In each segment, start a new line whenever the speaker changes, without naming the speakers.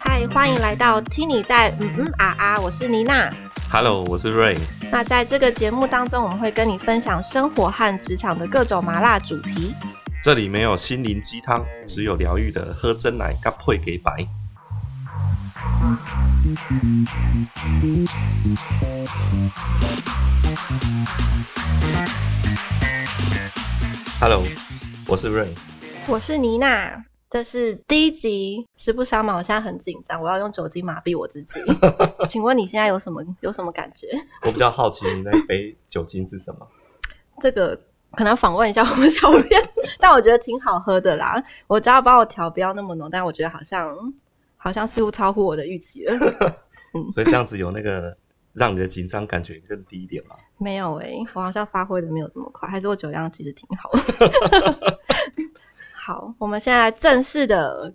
嗨，欢迎来到听你在嗯嗯啊啊，我是妮娜。
Hello，我是 Ray。
那在这个节目当中，我们会跟你分享生活和职场的各种麻辣主题。
这里没有心灵鸡汤，只有疗愈的喝真奶搭配给白。Hello，我是 Ray。
我是妮娜，这是第一集。实不相瞒，我现在很紧张，我要用酒精麻痹我自己。请问你现在有什么有什么感觉？
我比较好奇你那杯酒精是什么？
这个可能要访问一下我们小编， 但我觉得挺好喝的啦。我只要帮我调不要那么浓，但我觉得好像好像似乎超乎我的预期了。
所以这样子有那个让你的紧张感觉更低一点嘛？
没有诶、我好像发挥的没有这么快，还是我酒量其实挺好。好，我们现在来正式的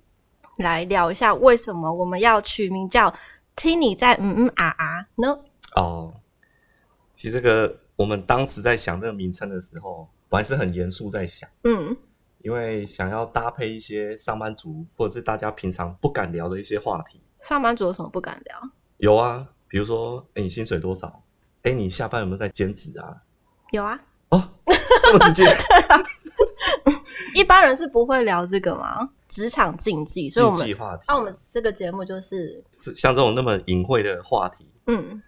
来聊一下，为什么我们要取名叫“听你在嗯嗯啊啊”呢？
哦，其实这个我们当时在想这个名称的时候，我还是很严肃在想，
嗯，
因为想要搭配一些上班族或者是大家平常不敢聊的一些话题。
上班族有什么不敢聊？
有啊，比如说，哎、你薪水多少？哎、你下班有没有在兼职啊？
有啊，
哦，这 么直接，
一般人是不会聊这个嘛，职场禁忌，所以
禁
我们
忌话题。
那、我们这个节目就是
这像这种那么隐晦的话题，
嗯，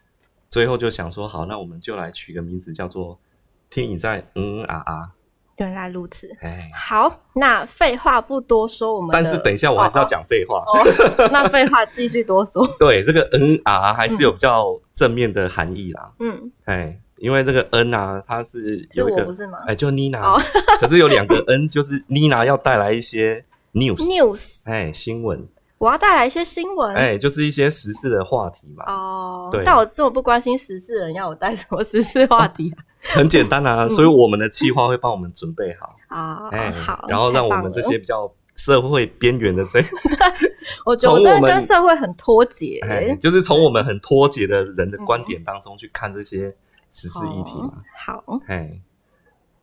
最后就想说，好，那我们就来取个名字，叫做“听你在嗯嗯啊啊
原来如此”。。
哎，
好，那废话不多说，我们
但是
的
等一下我还是要讲废话。
哦，那废话继续多说，
对，这个嗯嗯啊啊还是有比较正面的含义啦。
嗯。
哎，因为这个 N 啊，它是
是
有一
我
个
不是吗
哎，就妮娜，
哦
可是有 两个 N，就是 Nina 要带来一些 news，
？News，
哎，新闻，
我要带来一些新闻。
哎，就是一些时事的话题嘛，
哦
对，
但我这么不关心时事的人，要我带什么时事话题
很简单啊，
嗯
所以我们的计划会帮我们准备好，
啊？啊
哎，
好，
然后让我
太棒
们这
了
些比较社会边缘的这，
我觉得我
从
真
我
的
们。
跟社会很脱节 欸
哎，就是从我们很脱节的人的
嗯
观点当中去看这些时事议题嘛，
哦好，
哎，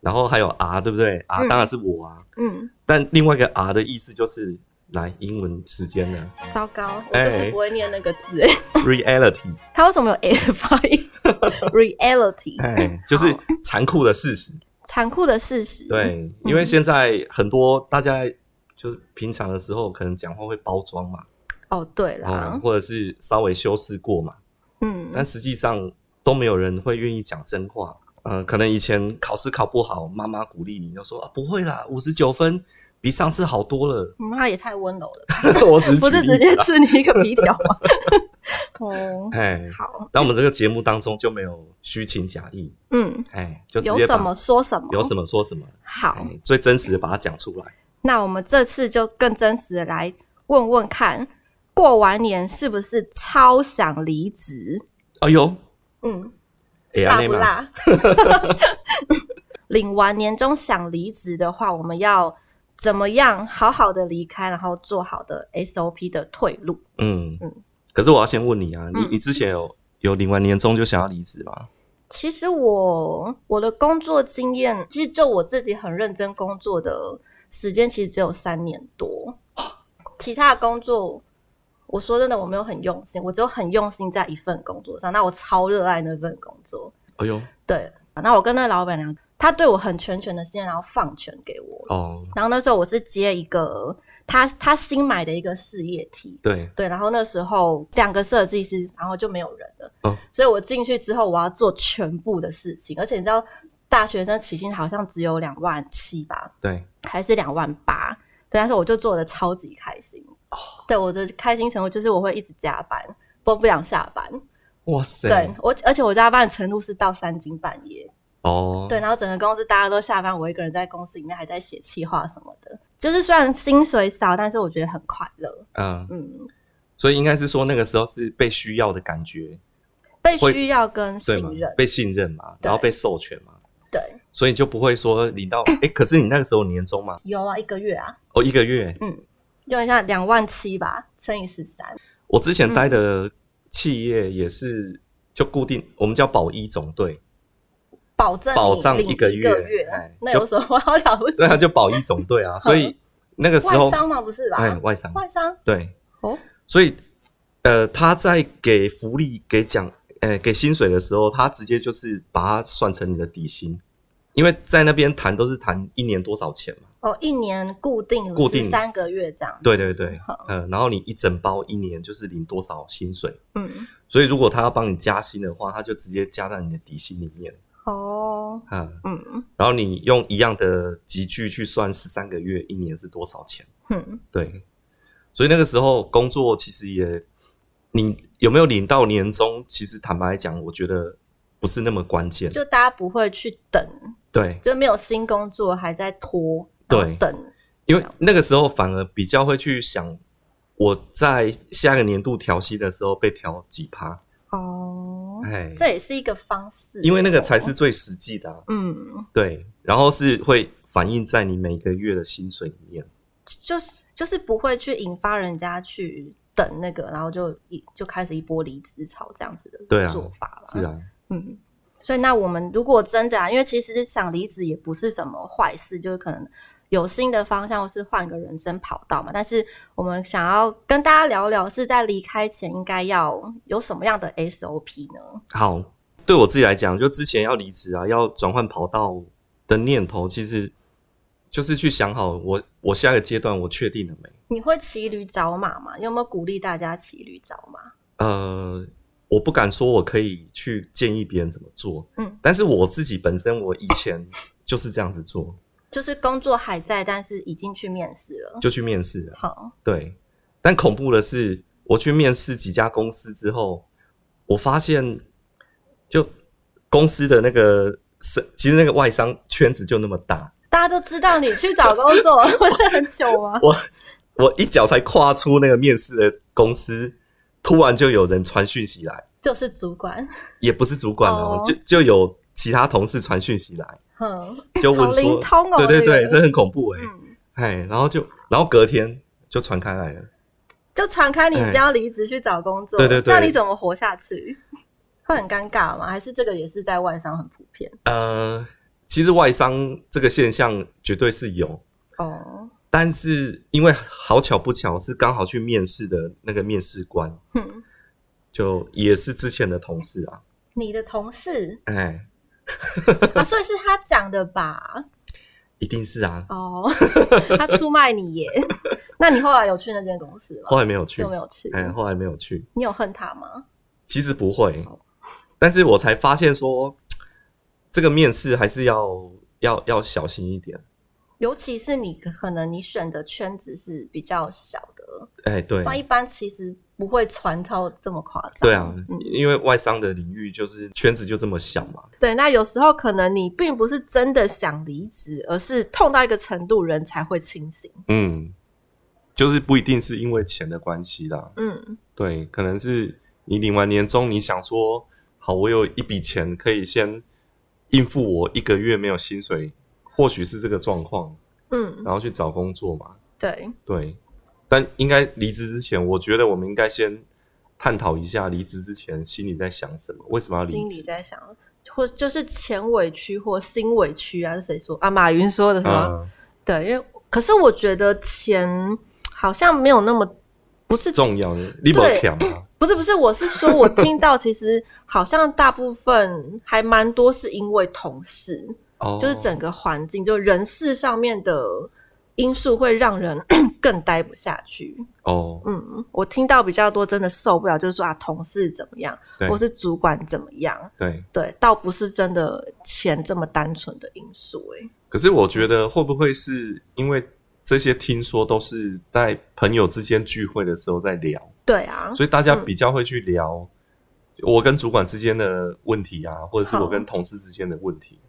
然后还有 R 对不对？R
嗯
当然是我啊，
嗯，
但另外一个 R 的意思就是来英文时 间了
糟糕，我就是
哎
不会念那个字。 哎，
，reality，
它为什么有 L 发 音？Reality，
哎， 就是残酷的事实。
残酷的事实。，
对，因为现在很多大家就是平常的时候可能讲话会包装嘛，
哦，对
哦
啦，，
或者是稍微修饰过嘛，
嗯
但实际上都没有人会愿意讲真话。呃，可能以前考试考不好，妈妈鼓励你就说啊，不会啦，五十九分比上次好多了。
嗯，他也太温柔了吧，
我只是
不是
举
直
例
接
子啊
吃你一个皮条 吗？哦，
哎，
好，
但我们这个节目当中就没有虚情假意，
嗯，
哎，就直
有
接
什
把
么说什么，
有什么说什么，
好。
哎，最真实的把它讲出来。
那我们这次就更真实的来问问看，过完年是不是超想离职？
哎呦，
嗯，
哎呀，
辣
那
不
嘛，
辣？领完年终想离职的话，我们要怎么样好好的离开，然后做好的 SOP 的退路？
嗯
嗯
可是我要先问你啊，你
嗯
你之前有有领完年终就想要离职吗？
其实我我的工作经验，其实就我自己很认真工作的时间，其实只有三年多。其他的工作，我说真的，我没有很用心，我只有很用心在一份工作上。那我超热爱那份工作，
哎呦，
对。那我跟那老板娘，她对我很全权的信任，然后放权给我。
哦，
然后那时候我是接一个她她新买的一个事业体，
对，
对，然后那时候两个设计师，然后就没有人了。
哦
所以我进去之后，我要做全部的事情，而且你知道，大学生起薪好像只有两万七吧，
对，
还是两万八？对，但是我就做的超级开心。
哦
对，我的开心程度就是我会一直加班，不不想下班。
哇塞，
对我，而且我加班的程度是到三更半夜。
哦，
对，然后整个公司大家都下班，我一个人在公司里面还在写企划什么的。就是虽然薪水少，但是我觉得很快乐。
嗯，
嗯，
所以应该是说那个时候是被需要的感觉，
被
会
需要跟
对
信
吗
任？，
被信任嘛，
对
然后被授权嘛，
对，
所以你就不会说领到，哎，可是你那个时候年终嘛，
有啊，一个月啊，
哦，一个月，
用一下两万七吧，乘以十三，
我之前待
嗯
的企业也是就固定，我们叫保一总队，
保证你
保障
领
一
一
个月
月，啊
哎
那有什么好了不 起
对？啊，就保一总队啊，所以那个时
外
候，
商吗？不是吧？
哎，外商，
外商
对，
哦，
所以呃，他在给福利、给奖、呃给薪水的时候，他直接就是把它算成你的底薪，因为在那边谈都是谈一年多少钱嘛。
哦，一年固定
固定
三个月这样。
对对对
好，
呃，然后你一整包一年就是领多少薪水，
嗯，
所以如果他要帮你加薪的话，他就直接加在你的底薪里面
哦，
啊、
嗯
然后你用一样的集聚去算十三个月一年是多少钱。
嗯，
对，所以那个时候工作其实也，你有没有领到年终，其实坦白讲，我觉得不是那么关键。
就大家不会去等，
对，
就没有新工作还在拖，
对
然后等，
因为那个时候反而比较会去想，我在下个年度调薪的时候被调几趴，
哦，
哎，
这也是一个方式，哦
因为那个才是，最实际的、啊。
嗯，
对，然后是会反映在你每个月的薪水里面。
就是就是不会去引发人家去等那个，然后就一就开始一波离职潮这样子
对
的
啊
做法了，
是啊，
嗯，所以那我们如果真的啊，因为其实想离职也不是什么坏事，就是可能有新的方向，或是换个人生跑道嘛。但是我们想要跟大家聊聊，是在离开前应该要有什么样的 SOP 呢？
好，对我自己来讲，就之前要离职啊，要转换跑道的念头，其实就是去想好我我下个阶段我确定了没？
你会骑驴找马吗？有没有鼓励大家骑驴找马？
呃，我不敢说我可以去建议别人怎么做，
嗯，
但是我自己本身我以前就是这样子做，
就是工作还在，但是已经去面试了。
就去面试了。
好，
对，但恐怖的是，我去面试几家公司之后，我发现就公司的那个是，其实那个外商圈子就那么大。
大家都知道你去找工作不是很啊久吗？
我我一脚才跨出那个面试的公司，突然就有人传讯息来，
就是主管，
也不是主管哦，
哦
就就有其他同事传讯息 来，
哼，
就问
好
说，
灵通哦，
对对
这个
对，这很恐怖哎、
嗯。
哎、然后就然后隔天就传开来了，
就传开你
哎
将要离职去找工作，
对对对
那你怎么活下去？会很尴尬吗？还是这个也是在外商很普遍？
呃，其实外商这个现象绝对是有，
哦，
但是因为好巧不巧是刚好去面试的那个面试官，
哼，
就也是之前的同事啊，
你的同事
哎、
啊，所以是他讲的吧？
一定是啊，
哦，他出卖你耶？那你后来有去那间公司吗？
后来没有去
就，没有去。
哎、后来没有去。
你有恨他吗？
其实不会，但是我才发现说，这个面试还是要要要小心一点。
尤其是你可能你选的圈子是比较小的，
哎，对
那，一般其实不会传到这么夸张。
对啊
嗯，
因为外商的领域就是圈子就这么小嘛。
对，那有时候可能你并不是真的想离职，而是痛到一个程度，人才会清醒。
嗯，就是不一定是因为钱的关系啦，
嗯，
对，可能是你领完年终，你想说，好，我有一笔钱可以先应付我一个月没有薪水，或许是这个状况，
嗯，
然后去找工作嘛。
对，
对，但应该离职之前，我觉得我们应该先探讨一下离职之前心里在想什么，为什么要离
心里
职？
在想，或就是前委屈或心委屈啊，是谁说啊？马云说的是吗？
啊，
对，因为可是我觉得钱好像没有那么不是
重要的，你不
对
强嘛？
不是不是，我是说我听到其实好像大部分还蛮多是因为同事，
哦，
就是整个环境就人事上面的因素会让人 更待不下去。
哦，
嗯，我听到比较多真的受不了，就是说啊，同事怎么样，
对
或是主管怎么样，
对。
对，倒不是真的钱这么单纯的因素、欸，
可是我觉得会不会是因为这些听说都是在朋友之间聚会的时候在聊，
对啊，
所以大家
嗯
比较会去聊我跟主管之间的问题啊，或者是我
好
跟同事之间的问题，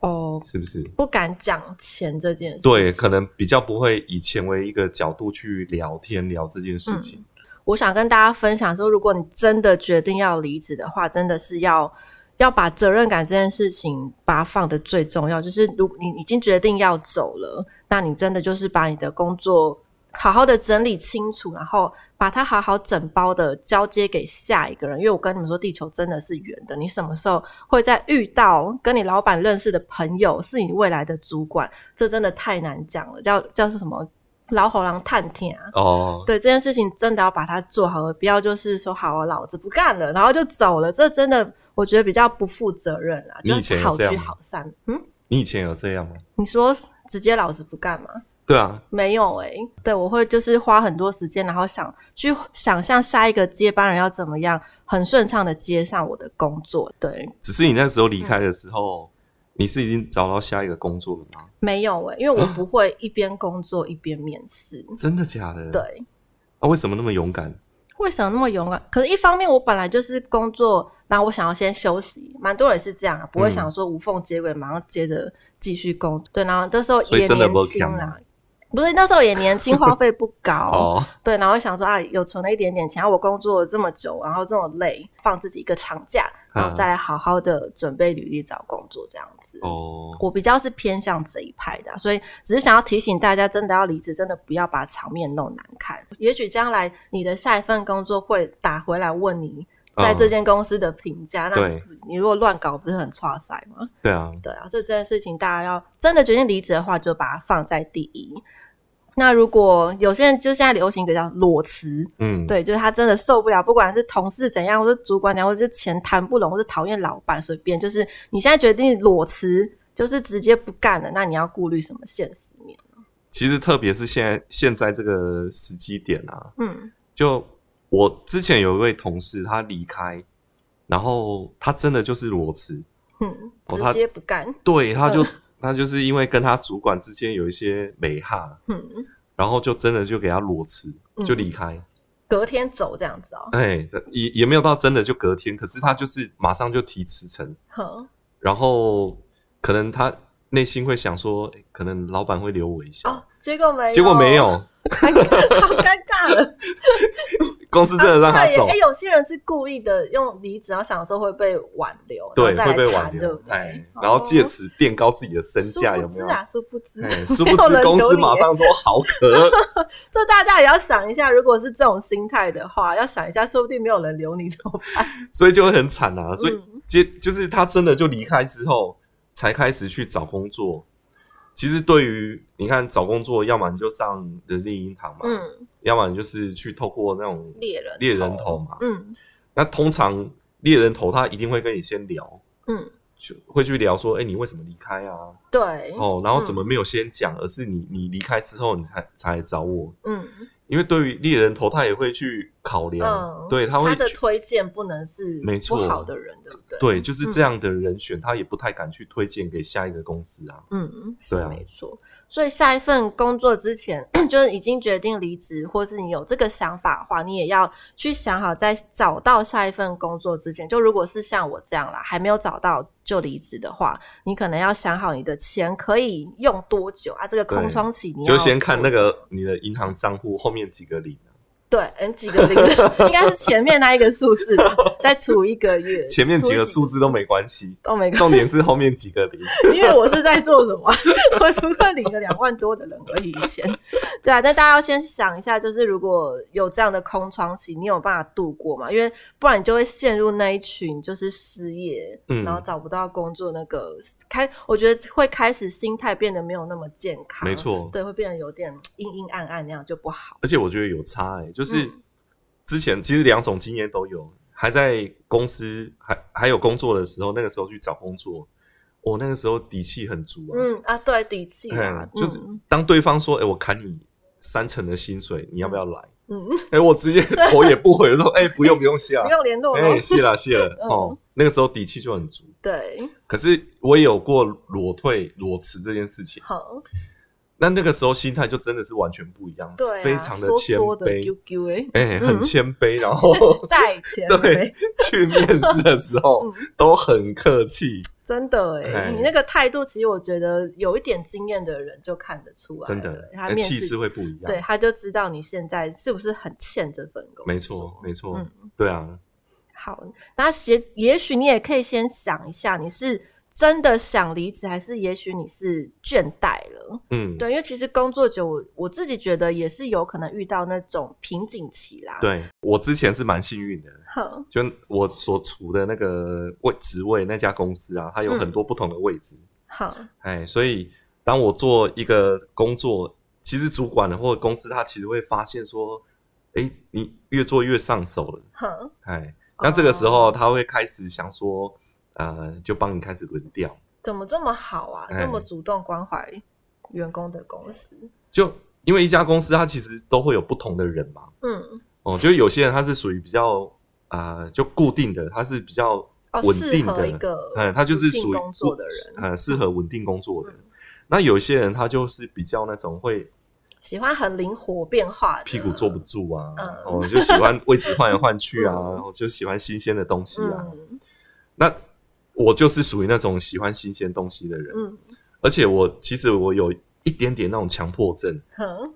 哦，
是不是？
不敢讲钱这件事，
对，，可能比较不会以前为一个角度去聊天聊这件事情。
我想跟大家分享说，如果你真的决定要离职的话，真的是要要把责任感这件事情把它放得最重要。就是如你已经决定要走了，那你真的就是把你的工作好好的整理清楚，然后把它好好整包的交接给下一个人。因为我跟你们说，地球真的是圆的，你什么时候会再遇到跟你老板认识的朋友，是你未来的主管，这真的太难讲了。叫叫是什么？老虎狼探听啊！
哦，
对这件事情真的要把它做好了，不要就是说好、啊，老子不干了，然后就走了。这真的我觉得比较不负责任啊，
你以
就
前
是
有
好
这样
聚
吗
好散。嗯，
你以前有这样吗？
你说直接老子不干吗？
对啊，
没有诶、对我会就是花很多时间，然后想去想象下一个接班人要怎么样，很顺畅的接上我的工作。对，
只是你那时候离开的时候，你是已经找到下一个工作了吗？
没有诶、因为
啊
我不会一边工作一边面试。
真的假的？
对，
啊，为什么那么勇敢？
为什么那么勇敢？可是，一方面我本来就是工作，然后我想要先休息，蛮多人是这样啊，不会想说无缝接轨，马上接着继续工作。对，然后那时候
所以
也
真的
年
没
轻
钱吗
啦，不是那时候也年轻，花费不 高。
哦，
对，然后想说啊，有存了一点点钱，然后啊我工作了这么久，然后这么累，放自己一个长假，然
啊
后再来好好的准备履历找工作这样子。
哦，
我比较是偏向这一派的啊、所以只是想要提醒大家，真的要离职，真的不要把场面弄难看。也许将来你的下一份工作会打回来问你在这
嗯
间公司的评价，
对
那你如果乱搞，不是很差赛吗？
对啊，
对啊，所以这件事情大家要真的决定离职的话，就把它放在第一。那如果有些人就现在流行一个叫裸辞，
嗯，
对，就是他真的受不了，不管是同事怎样，或是主管怎样，或是钱谈不拢，或是讨厌老板，随便，就是你现在决定裸辞，就是直接不干了，那你要顾虑什么现实面？
其实特别是现在现在这个时机点啊，
嗯
就我之前有一位同事，他离开，然后他真的就是裸辞，
嗯，
哦他
直接不干，
对，他
嗯
就、他就是因为跟他主管之间有一些美哈，
嗯，
然后就真的就给他裸辞，
嗯
就离开。
隔天走这样子哦，
哎、也也没有到真的就隔天，可是他就是马上就提辞呈，
哼，
然后可能他内心会想说，诶可能老板会留我一下，
哦，结果没有，
结果没，有，
好尴尬了。
公 司真的让他
对
走，
哎、有些人是故意的，用离职，然后想说会被挽留，
对，
然后再来
会被
谈
挽
对
留
不，对？
哎，然后借此垫高自己的身价，有
殊不
没
知
有？
啊，殊不知，
哎，
没
殊不
有
知
人
公司
留你
马
耶
上说好渴，
这大家也要想一下，如果是这种心态的话，要想一下，说不定没有人留你怎么办？
所以就会很惨啊。所以
嗯
接就是他真的就离开之后，才开始去找工作。其实对于你看找工作，要么你就上人力银行嘛，
嗯，
要么你就是去透过那种
猎人，
猎人，头嘛。
嗯
那通常猎人头他一定会跟你先聊，
嗯，
就会去聊说，哎、你为什么离开啊？
对，
哦，然后怎么没有先讲，而是你你离开之后你才才来找我，
嗯，
因为对于猎人头他也会去考量，
嗯
对，他会
他的
去
推荐不能是
没错
不好的人，对不对？，
对，就是这样的人选，他也不太敢去推荐给下一个公司啊。
嗯，是
对啊
没错。所以下一份工作之前， 就是已经决定离职，或是你有这个想法的话，你也要去想好，在找到下一份工作之前，就如果是像我这样啦，还没有找到就离职的话，你可能要想好你的钱可以用多久啊？这个空
对
窗期你要
就先看那
个。
个你的银行账户后面几个零啊、
对，嗯，几个零，应该是前面那一个数字吧，再除一个月，
前面几个
除
数字都没关系，
都没看，
重点是后面几个零。
因为我是在做什么， 我不过领个两万多的人而已。以前，对啊，但大家要先想一下，就是如果有这样的空窗期，你有办法度过吗？因为不然你就会陷入那一群就是失业，
嗯
然后找不到工作那个开，我觉得会开始心态变得没有那么健康，
没错
对，会变得有点阴阴暗暗那样就不好。
而且我觉得有差哎、就是
嗯
之前其实两种经验都有，还在公司还还有工作的时候，那个时候去找工作，我、那个时候底气很足啊，
嗯啊，对，底气啊
哎，就是
嗯
当对方说：“哎、我砍你三成的薪水，你要不要来？”
嗯，
哎、我直接 头也不回地说：“哎、不用不用，谢
不
了，
用联 络
哎、
了，
谢了谢了。
嗯
哦，那个时候底气就很足。
对，
可是我也有过裸退、裸辞这件事情，
好，
那那个时候心态就真的是完全不一样，
对啊，
非常的
缩
谦
缩的
卑
，Q，Q 哎。
哎、
嗯
很谦 卑，然后
在前
对
辈，
去面试的时 候
嗯
都很客气，
真的哎、
哎
你那个态度，其实我觉得有一点经验的人就看得出来了，
真的，
他
哎
面
气
试
势会不一样，
对，他就知道你现在是不是很欠这份工作。
没错没错，
嗯
对啊，
好，那也也许你也可以先想一下，你是真的想离职，还是也许你是倦怠了？
嗯，
对，因为其实工作久，我我自己觉得也是有可能遇到那种瓶颈期啦。，
对我之前是蛮幸运的，
哼，
就我所处的那个位职位那家公司啊，它有
嗯
很多不同的位置，
好，
哎，所以当我做一个工作，其实主管或者公司，他其实会发现说，哎，你越做越上手了，
哼，
哎，那这个时
哦
候他会开始想说，呃，就帮你开始轮调，
怎么这么好啊？
哎
这么主动关怀员工的公司，
就因为一家公司它其实都会有不同的人嘛，
嗯，
哦，就有些人他是属于比较啊、呃就固定的，他是比较
哦，
稳
适
定
合一
的，
个
嗯，他就是
固定
属于
工作的人，
呃，适合稳定工作的
嗯。
那有些人他就是比较那种会
喜欢很灵活变化的，
屁股坐不住啊，
嗯
哦，就喜欢位置换来换去啊，
嗯
然后就喜欢新鲜的东西啊。
嗯
那我就是属于那种喜欢新鲜东西的人，
嗯
而且我其实我有一点点那种强迫症，
哼，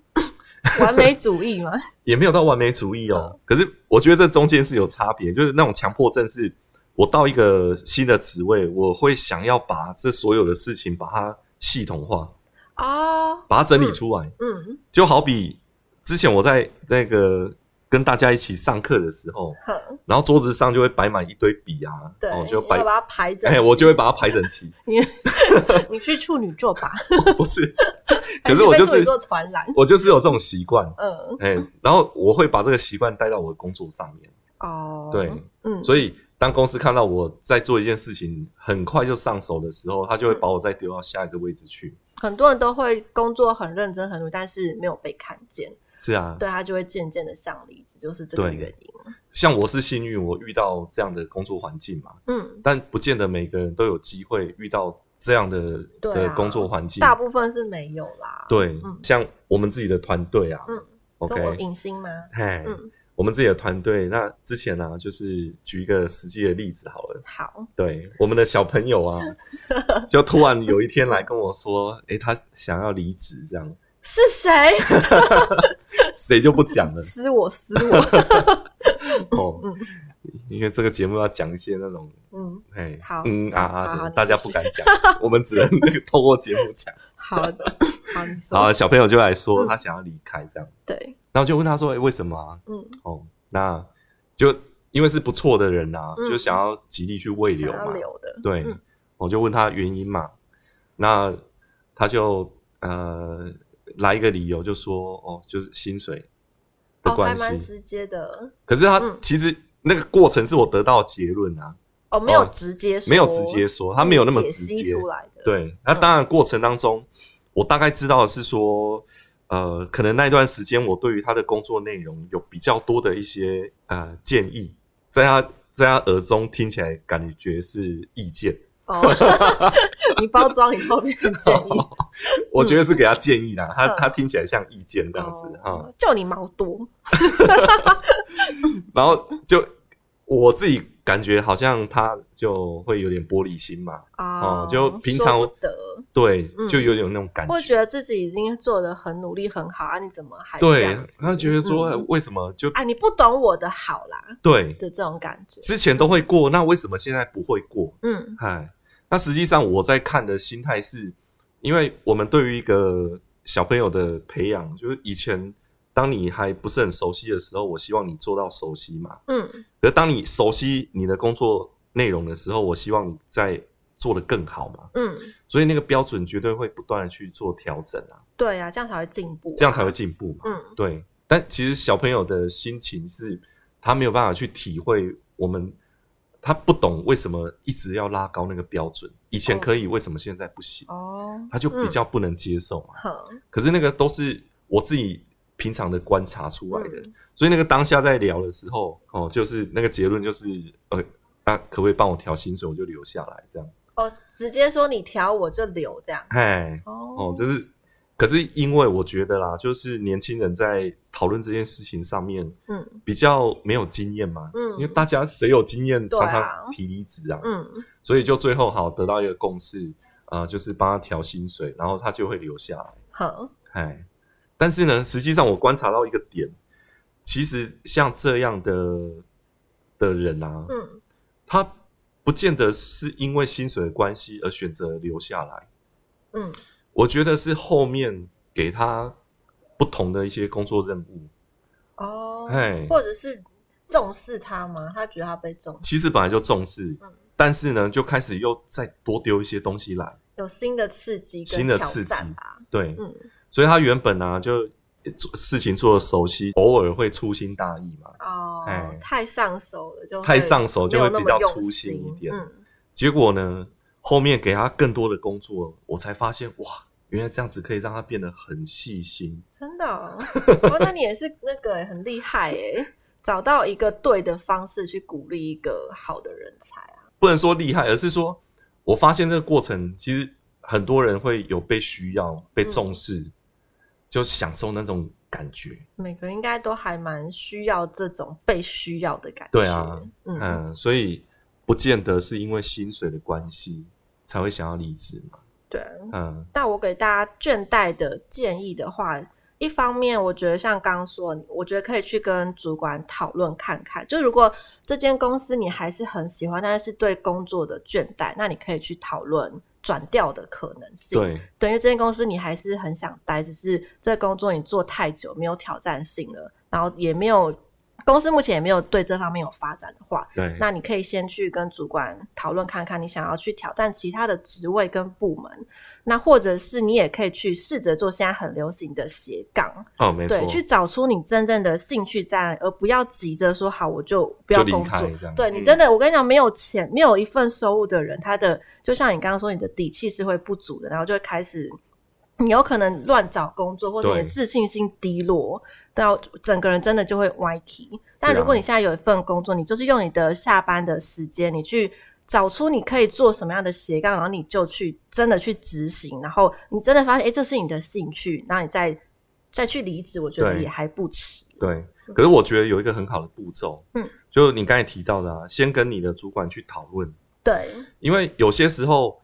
完美主义嘛，
也没有到完美主义
嗯
哦。可是我觉得这中间是有差别，就是那种强迫症是，我到一个新的职位，我会想要把这所有的事情把它系统化，
哦，
把它整理出来。
嗯，
就好比之前我在那个跟大家一起上课的时候，
哼，
然后桌子上就会摆满一堆笔啊，
对，
哦，就摆
要，把它排整齐，
哎、我就会把它排整 齐。
你你是处女座吧？
不是， 可是我
还
就
被处女
是
座传染，
我就是有这种习惯，
嗯，
哎、然后我会把这个习惯带到我的工作上面。
哦，
对，
嗯，
所以当公司看到我在做一件事情很快就上手的时候，他就会把我再丢到下一个位置去。
很多人都会工作很认真很努力，但是没有被看见，
是啊，
对他就会渐渐的像离职，就是这个
对
原因。
像我是幸运，我遇到这样的工作环境嘛，
嗯，
但不见得每个人都有机会遇到这样的、
对啊
的工作环境。
大部分是没有啦。
对、
嗯
像我们自己的团队啊，
嗯
，OK，
跟我影星吗？
嘿、
嗯，
我们自己的团队，那之前呢、啊，就是举一个实际的例子好了。
好，
对，我们的小朋 友啊，就突然有一天来跟我说，诶、他想要离职，这样
是谁
谁就不讲 了
撕我撕 我？
哦，因为这个节目要讲一些那种，
嗯，
哎，
好
嗯啊啊
好好
的，
你
大家
继
不
续
敢讲， 我们只能那个透过节 目讲。
好好，你说
啊，小朋友就来说
嗯
他想要离开这样，
对，
然后就问他说：“哎、为什么啊
嗯，？”
哦，那就因为是不错的人啊，
嗯
就想要极力去喂
想
流
要
嘛。
留的，
对，
嗯
我就问他原因嘛，那他就呃来一个理由，就说：“哦，就是薪水
哦，
的
还
关
蛮
系。
直接的，
可是他
嗯
其实那个过程是我得到的结论啊，
哦，没有
哦
直接说，
没有直接说他没有那么
解
直
析
接
出来的，，
对，那当然过程当中，我大概知道的是说，呃，可能那段时间我对于他的工作内容有比较多的一些呃建议，在他在他耳中听起来感觉是意见，
哦， 你包装以后变成建 议，
哦我觉得是给他建议啦，他
嗯
他听起来像意见这样子哈、
哦，就你毛多，
然后就我自己感觉好像他就会有点玻璃心嘛，
啊、
哦就平常
说不得，
对
嗯，
就有点那种感觉。
会觉得自己已经做的很努力很好啊，你怎么还这
对
样，子
他觉得说、
嗯
为什么就
啊，你不懂我的好啦
对
的这种感觉，
之前都会过，那为什么现在不会过？
嗯
嗨，那实际上我在看的心态是，因为我们对于一个小朋友的培养，就是以前当你还不是很熟悉的时候，我希望你做到熟悉嘛。
嗯
可是当你熟悉你的工作内容的时候，我希望你在做得更好嘛。
嗯，
所以那个标准绝对会不断的去做调整啊，
对啊，这样才会进步、
这样才会，进步嘛。
嗯
对，但其实小朋友的心情是，他没有办法去体会我们，他不懂为什么一直要拉高那个标准，以前可以，为什么现在不行？
哦，
他就比较不能接受嘛。
哼，
可是那个都是我自己平常的观察出来的，
嗯
所以那个当下在聊的时候，哦，就是那个结论就是，呃，那、可不可以帮我调薪水，我就留下来这样？
哦，直接说你调我就留这样，
哎，
哦
哦，就是，可是因为我觉得啦，就是年轻人在讨论这件事情上面。
嗯
比较没有经验嘛，
嗯
因为大家谁有经验
对啊
常常提离职啊，
嗯
所以就最后好得到一个共识，啊，就是帮他调薪水，然后他就会留下来。
哼，
哎，但是呢，实际上我观察到一个点，其实像这样的的人啊，
嗯
他不见得是因为薪水的关系而选择留下来。
嗯，
我觉得是后面给他不同的一些工作任务。
哦，
哎
或者是重视他吗？他觉得他被重视，
其实本来就重视
嗯，
但是呢，就开始又再多丢一些东西来。
有新的刺激跟
新的
挑
刺激
战吧。
对，
嗯
所以他原本啊，就做事情做的熟悉，偶尔会粗心大意嘛，
哦
哎，
太上手了就会
太上手就会比较
哦没有那么
粗
用
心一点
嗯，
结果呢，后面给他更多的工作，我才发现哇，原来这样子可以让他变得很细心。
真的哦，哦那你也是那个欸很厉害哎，找到一个对的方式去鼓励一个好的人才啊。
不能说厉害，而是说我发现这个过程，其实很多人会有被需要、被
嗯
重视，就享受那种感觉。
每个人应该都还蛮需要这种被需要的感觉。
对啊，
嗯，
嗯，所以不见得是因为薪水的关系才会想要离职嘛。
对。啊
嗯，
那我给大家倦怠的建议的话，一方面我觉得像刚刚说，我觉得可以去跟主管讨论看看。就如果这间公司你还是很喜欢，但是对工作的倦怠，那你可以去讨论转调的可能性。
对，
对，因为这间公司你还是很想待，只是这个工作你做太久，没有挑战性了，然后也没有公司目前也没有对这方面有发展的话，
对，
那你可以先去跟主管讨论看看，你想要去挑战其他的职位跟部门，那或者是你也可以去试着做现在很流行的斜杠，
哦，没错
对，，去找出你真正的兴趣在哪里，而不要急着说好我就不要
就离
工
开
作。
这样。
对你
嗯
真的，我跟你讲，没有钱，没有一份收入的人，他的就像你刚刚说，你的底气是会不足的，然后就会开始，你有可能乱找工作，或者你的
对
自信心低落，到整个人真的就会歪起。但
啊
如果你现在有一份工作，你就是用你的下班的时间，你去找出你可以做什么样的斜杠，然后你就去真的去执行，然后你真的发现，哎，这是你的兴趣，那你再再去离职，我觉得
对
也还不迟。
对，可是我觉得有一个很好的步骤，
嗯，
就是你刚才提到的啊，先跟你的主管去讨论，
对，
因为有些时候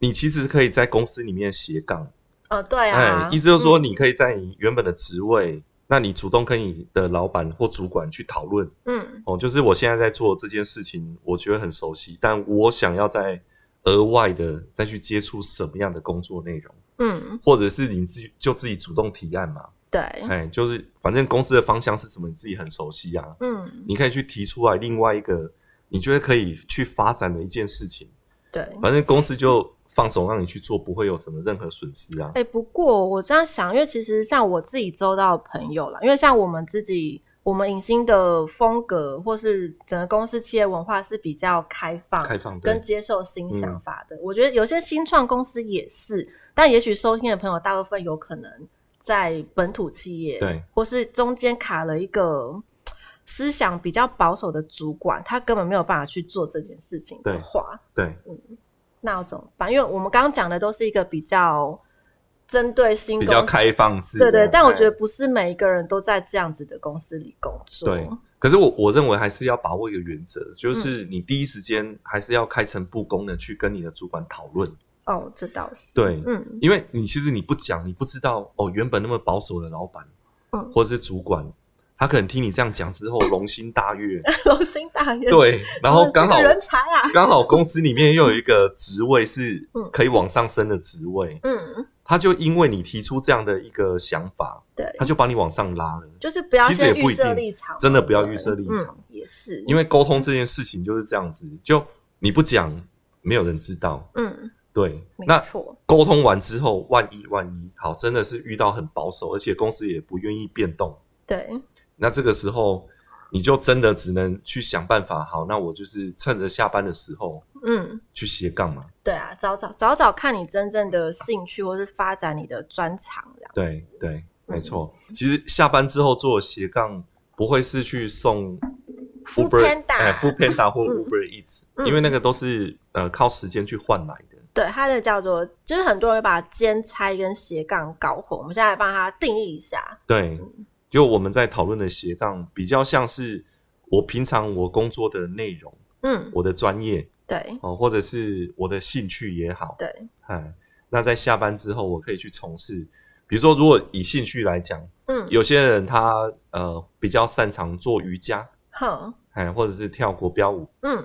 你其实可以在公司里面斜杠，
哦，对啊，
哎意思就是说
嗯
你可以在你原本的职位，那你主动跟你的老板或主管去讨论，
嗯
哦，就是我现在在做这件事情，我觉得很熟悉，但我想要在额外的再去接触什么样的工作内容，
嗯，
或者是你自己就自己主动提案嘛，
对，
哎，就是反正公司的方向是什么，你自己很熟悉啊，
嗯，
你可以去提出来另外一个你觉得可以去发展的一件事情，
对。
反正公司就放手让你去做，不会有什么任何损失啊。
哎、不过我这样想，因为其实像我自己周到的朋友啦，因为像我们自己，我们影星的风格或是整个公司企业文化是比较开放，
开放对嗯
跟接受新想法的。我觉得有些新创公司也是，但也许收听的朋友大部分有可能在本土企业，
对，
或是中间卡了一个。思想比较保守的主管，他根本没有办法去做这件事情的
对
话，
对
那要怎么办？因为我们刚刚讲的都是一个比较针对新
比
公
较
司，
开放式的，
对对，但我
哎
觉得不是每一个人都在这样子的公司里工作。
对。可是我我认为还是要把握一个原则，
嗯
就是你第一时间还是要开诚布公的去跟你的主管讨论，
哦，这倒是。
对
嗯
因为你其实你不讲，你不知道哦，原本那么保守的老板
嗯，
或者是主管，他可能听你这样讲 之后龙心大 悦，
龙心大悦。，
对，然后刚好
人才啊。
刚好公司里面又有一个职位是
嗯
可以往上升的职位，
嗯，
他就因为你提出这样的一个想法，
对，
他就把你往上拉了。
就是不要
其实也
先
不
预
一定
设立场，
真的不要
对
预设立场
嗯，也是，
因
为
为沟通这件事情就是这样子，就你不讲，没有人知道。
嗯，
对，
没
那
错，
沟通完之后，万一万一，好，真的是遇到很保守，而且公司也不愿意变动，
对，
那这个时候你就真的只能去想办法。好，那我就是趁着下班的时候
嗯。
去斜杠嘛。
对啊，找找找找看你真正的兴趣，或是发展你的专长这样。
对对，没错。
嗯
其实下班之后做斜杠，不会是去送 Uber
Foodpanda
哎 f o o p a n d a 或
嗯
Uber Eats，、
嗯
因为那个都是呃靠时间去换来的。
对，它的叫做，就是很多人会把兼差跟斜杠搞混，我们现在来帮它定义一下。
对，就我们在讨论的斜杠，比较像是我平常我工作的内容，
嗯，
我的专业
对
哦，或者是我的兴趣也好，
对，
哎，那在下班之后，我可以去从事。比如说，如果以兴趣来讲，
嗯，
有些人他呃比较擅长做瑜伽，
哼，
哎，或者是跳国标舞，
嗯，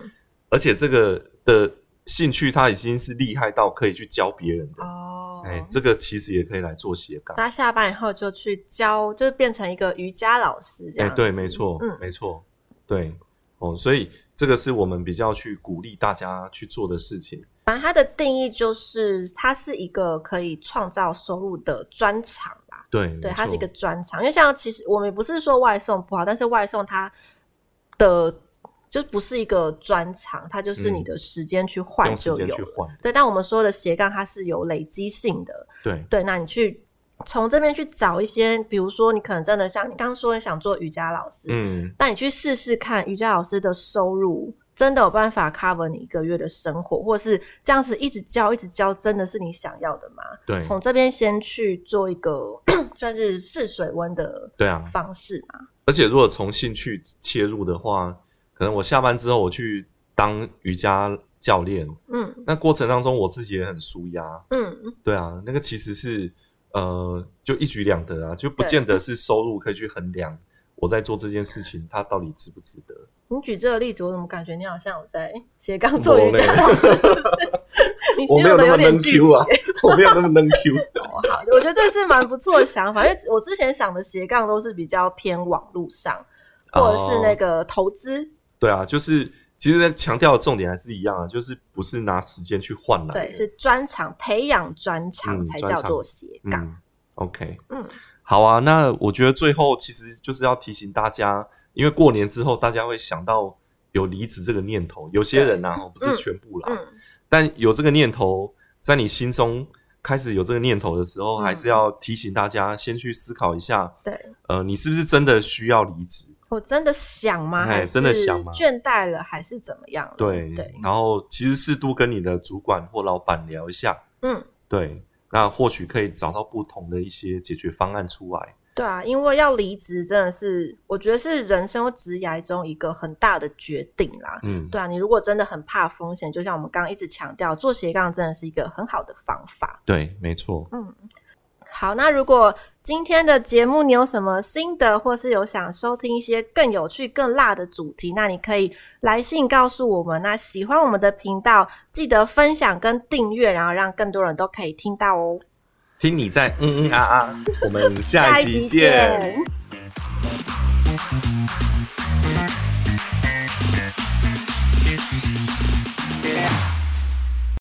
而且这个的兴趣，他已经是厉害到可以去教别人的。
哦，
哎、这个其实也可以来做斜杠。
那下班以后就去教，就是变成一个瑜伽老师这
哎、
样。
对，没错，
嗯
没错，对，哦，所以这个是我们比较去鼓励大家去做的事情。
反正它的定义就是，它是一个可以创造收入的专场吧。
对，
对，
没
它是一
错
个专场。因为像其实我们不是说外送不好，但是外送它的就不是一个专场，它就是你的时间去换
嗯用时
就
间
有
去
了。
换。
对，但我们说的斜杠它是有累积性的，
对，
对，那你去从这边去找一些，比如说你可能真的像你刚刚说你想做瑜伽老师，
嗯，
那你去试试看瑜伽老师的收入真的有办法 cover 你一个月的生活，或是这样子一直教一直教，真的是你想要的吗？
对，
从这边先去做一个 算是试水温的
对啊。
方式嘛。
而且如果从兴趣切入的话，可能我下班之后我去当瑜伽教练，
嗯
那过程当中我自己也很舒压。
嗯，
对啊，那个其实是呃，就一举两得啊，就不 见得是收入可以去衡量我在做这件事情它到底值不值得。
你举这个例子，我怎么感觉你好像有在斜杠做瑜伽
我嘞
老师？ 是不是 你形容的有点具
啊
体。，
我没有那么能 Q。
好的，我觉得这是蛮不错的想法，因为我之前想的斜杠都是比较偏网络上，或者是
哦
那个投资，
对啊，就是其实强调的重点还是一样啊，就是不是拿时间去换来的。
对，是专长培养专长
嗯
才
专
叫
长
做斜杠。
嗯，OK，
嗯
好啊。那我觉得最后其实就是要提醒大家，因为过年之后大家会想到有离职这个念头，有些人啊，哦不是全部啦，
嗯，
但有这个念头在你心中开始有这个念头的时候，
嗯
还是要提醒大家先去思考一下，
对
呃，你是不是真的需要离职？
我真的想吗？
哎
还是
真的想吗
倦怠了还是怎么样了？
对，
对，
然后其实适度跟你的主管或老板聊一下，
嗯，
对，那或许可以找到不同的一些解决方案出来。
对啊，因为要离职真的是，我觉得是人生或职涯中一个很大的决定啦。
嗯，
对啊，你如果真的很怕风险，就像我们刚刚一直强调，做斜杠真的是一个很好的方法。
对，没错。
好，那如果今天的节目你有什么心得，或是有想收听一些更有趣、更辣的主题，那你可以来信告诉我们。那喜欢我们的频道，记得分享跟订阅，然后让更多人都可以听到哦。
听你在嗯嗯啊啊，我们下一集见。